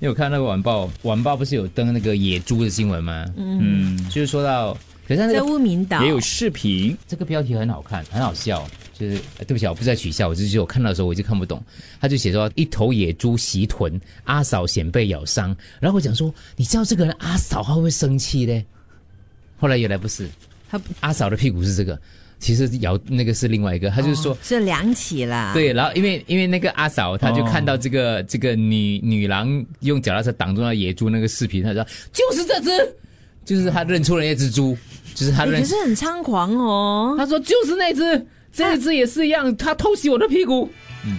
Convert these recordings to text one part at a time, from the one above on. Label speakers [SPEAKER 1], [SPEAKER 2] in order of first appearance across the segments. [SPEAKER 1] 因为我看那个晚报，晚报不是有登那个野猪的新闻吗？嗯，就是说到，可是它那
[SPEAKER 2] 在
[SPEAKER 1] 个
[SPEAKER 2] 乌明岛
[SPEAKER 1] 也有视频，这个标题很好看，很好笑。就是呃对不起啊，我不是在取笑，我就是我看到的时候我就看不懂。他就写说一头野猪袭臀，阿嫂险被咬伤。然后我讲说，你知道这个人阿嫂她会不会生气嘞？后来原来不是，
[SPEAKER 2] 他
[SPEAKER 1] 阿嫂的屁股是这个，其实咬那个是另外一个。他就是说，
[SPEAKER 2] 哦是两起哎啦，，
[SPEAKER 1] 对，然后因为因为那个阿嫂，她就
[SPEAKER 3] 哦
[SPEAKER 1] 看到这个、这个女女郎用脚踏车挡住那野猪那个视频，她说就是这只，就是她认出了那只猪，就是她认
[SPEAKER 2] 哎可，是很猖狂哦。
[SPEAKER 1] 她说就是那只，这一只也是一样，它偷袭我的屁股。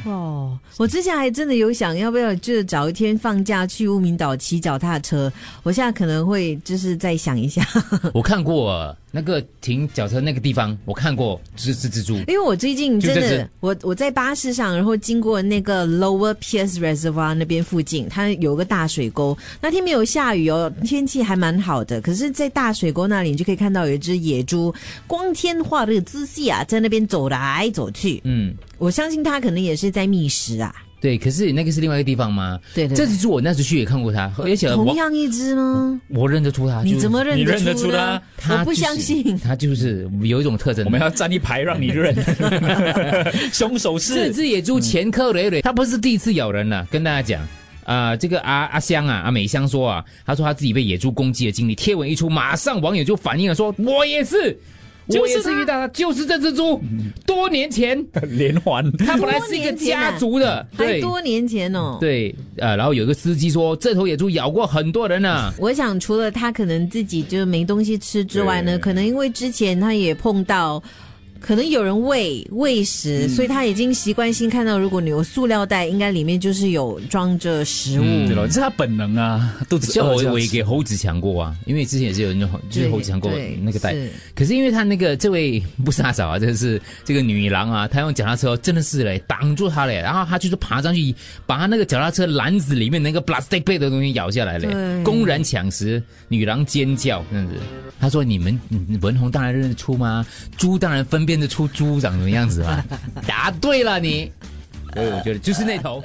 [SPEAKER 2] 哦，我之前还真的有想要不要，就是找一天放假去乌明岛骑脚踏车。我现在可能会就是再想一下，
[SPEAKER 1] 我看过那个停脚车那个地方，我看过，是是蜘蛛。
[SPEAKER 2] 因为我最近真
[SPEAKER 1] 就这
[SPEAKER 2] 的
[SPEAKER 1] 只，
[SPEAKER 2] 我我在巴士上，然后经过那个 Lower Pierce Reservoir 那边附近，它有个大水沟。那天没有下雨哦，天气还蛮好的。可是，在大水沟那里，你就可以看到有一只野猪光天化日之下啊在那边走来走去。
[SPEAKER 1] 嗯，
[SPEAKER 2] 我相信它可能也是在觅食啊。
[SPEAKER 1] 对，可是那个是另外一个地方吗？
[SPEAKER 2] 对对
[SPEAKER 1] 这
[SPEAKER 2] 对
[SPEAKER 1] 只猪我那时去也看过它，而且
[SPEAKER 2] 同
[SPEAKER 1] 我
[SPEAKER 2] 样一只吗？
[SPEAKER 1] 我认得出它。
[SPEAKER 2] 你怎么
[SPEAKER 1] 就是
[SPEAKER 2] 认
[SPEAKER 3] 你
[SPEAKER 2] 得
[SPEAKER 3] 认得出
[SPEAKER 2] 出呢
[SPEAKER 3] 呢？
[SPEAKER 1] 它
[SPEAKER 2] 我不
[SPEAKER 1] 就是
[SPEAKER 2] 相信。
[SPEAKER 1] 它就是有一种特征。
[SPEAKER 3] 我们要站一排让你认， 凶手
[SPEAKER 1] 这
[SPEAKER 3] 是
[SPEAKER 1] 只野猪前科累
[SPEAKER 2] 嗯
[SPEAKER 1] 累，它不是第一次咬人了，跟大家讲。啊、这个阿阿香啊，阿美香说啊，她说她自己被野猪攻击的经历，贴文一出，马上网友就反映了说，我也是，
[SPEAKER 3] 就是
[SPEAKER 1] 我也是
[SPEAKER 3] 它
[SPEAKER 1] 遇到它，就是这只猪，
[SPEAKER 2] 嗯
[SPEAKER 1] 多年前，
[SPEAKER 3] 连环，
[SPEAKER 1] 它本来是一个家族的，
[SPEAKER 2] 还
[SPEAKER 1] 对
[SPEAKER 2] 多年前哦。
[SPEAKER 1] 对，呃，然后有一个司机说，这头野猪咬过很多人呢、啊
[SPEAKER 2] 我想，除了他可能自己就没东西吃之外呢，
[SPEAKER 3] 对
[SPEAKER 2] 可能因为之前他也碰到，可能有人喂喂食，
[SPEAKER 1] 嗯
[SPEAKER 2] 所以他已经习惯性看到，如果你有塑料袋，应该里面就是有装着食物。
[SPEAKER 3] 嗯对了，这是他本能啊，肚子
[SPEAKER 1] 像
[SPEAKER 3] 饿
[SPEAKER 1] 我
[SPEAKER 3] 就要
[SPEAKER 1] 我也
[SPEAKER 3] 吃
[SPEAKER 1] 给猴子抢过啊，因为之前也是有人用猴就是
[SPEAKER 2] 对
[SPEAKER 1] 猴子抢过
[SPEAKER 2] 对
[SPEAKER 1] 那个袋
[SPEAKER 2] 是，
[SPEAKER 1] 可是因为他那个这位不是阿嫂啊，这个是这个女郎啊，她用脚踏车真的是嘞挡住他嘞，然后他就是爬上去把他那个脚踏车篮子里面那个 plastic bag 的东西咬下来嘞，
[SPEAKER 2] 对
[SPEAKER 1] 公然抢食，女郎尖叫这样子。他说：“你们你文红当然认得出吗？猪当然分辨得出猪长什么样子嘛。答对了你，所以我觉得就是那头。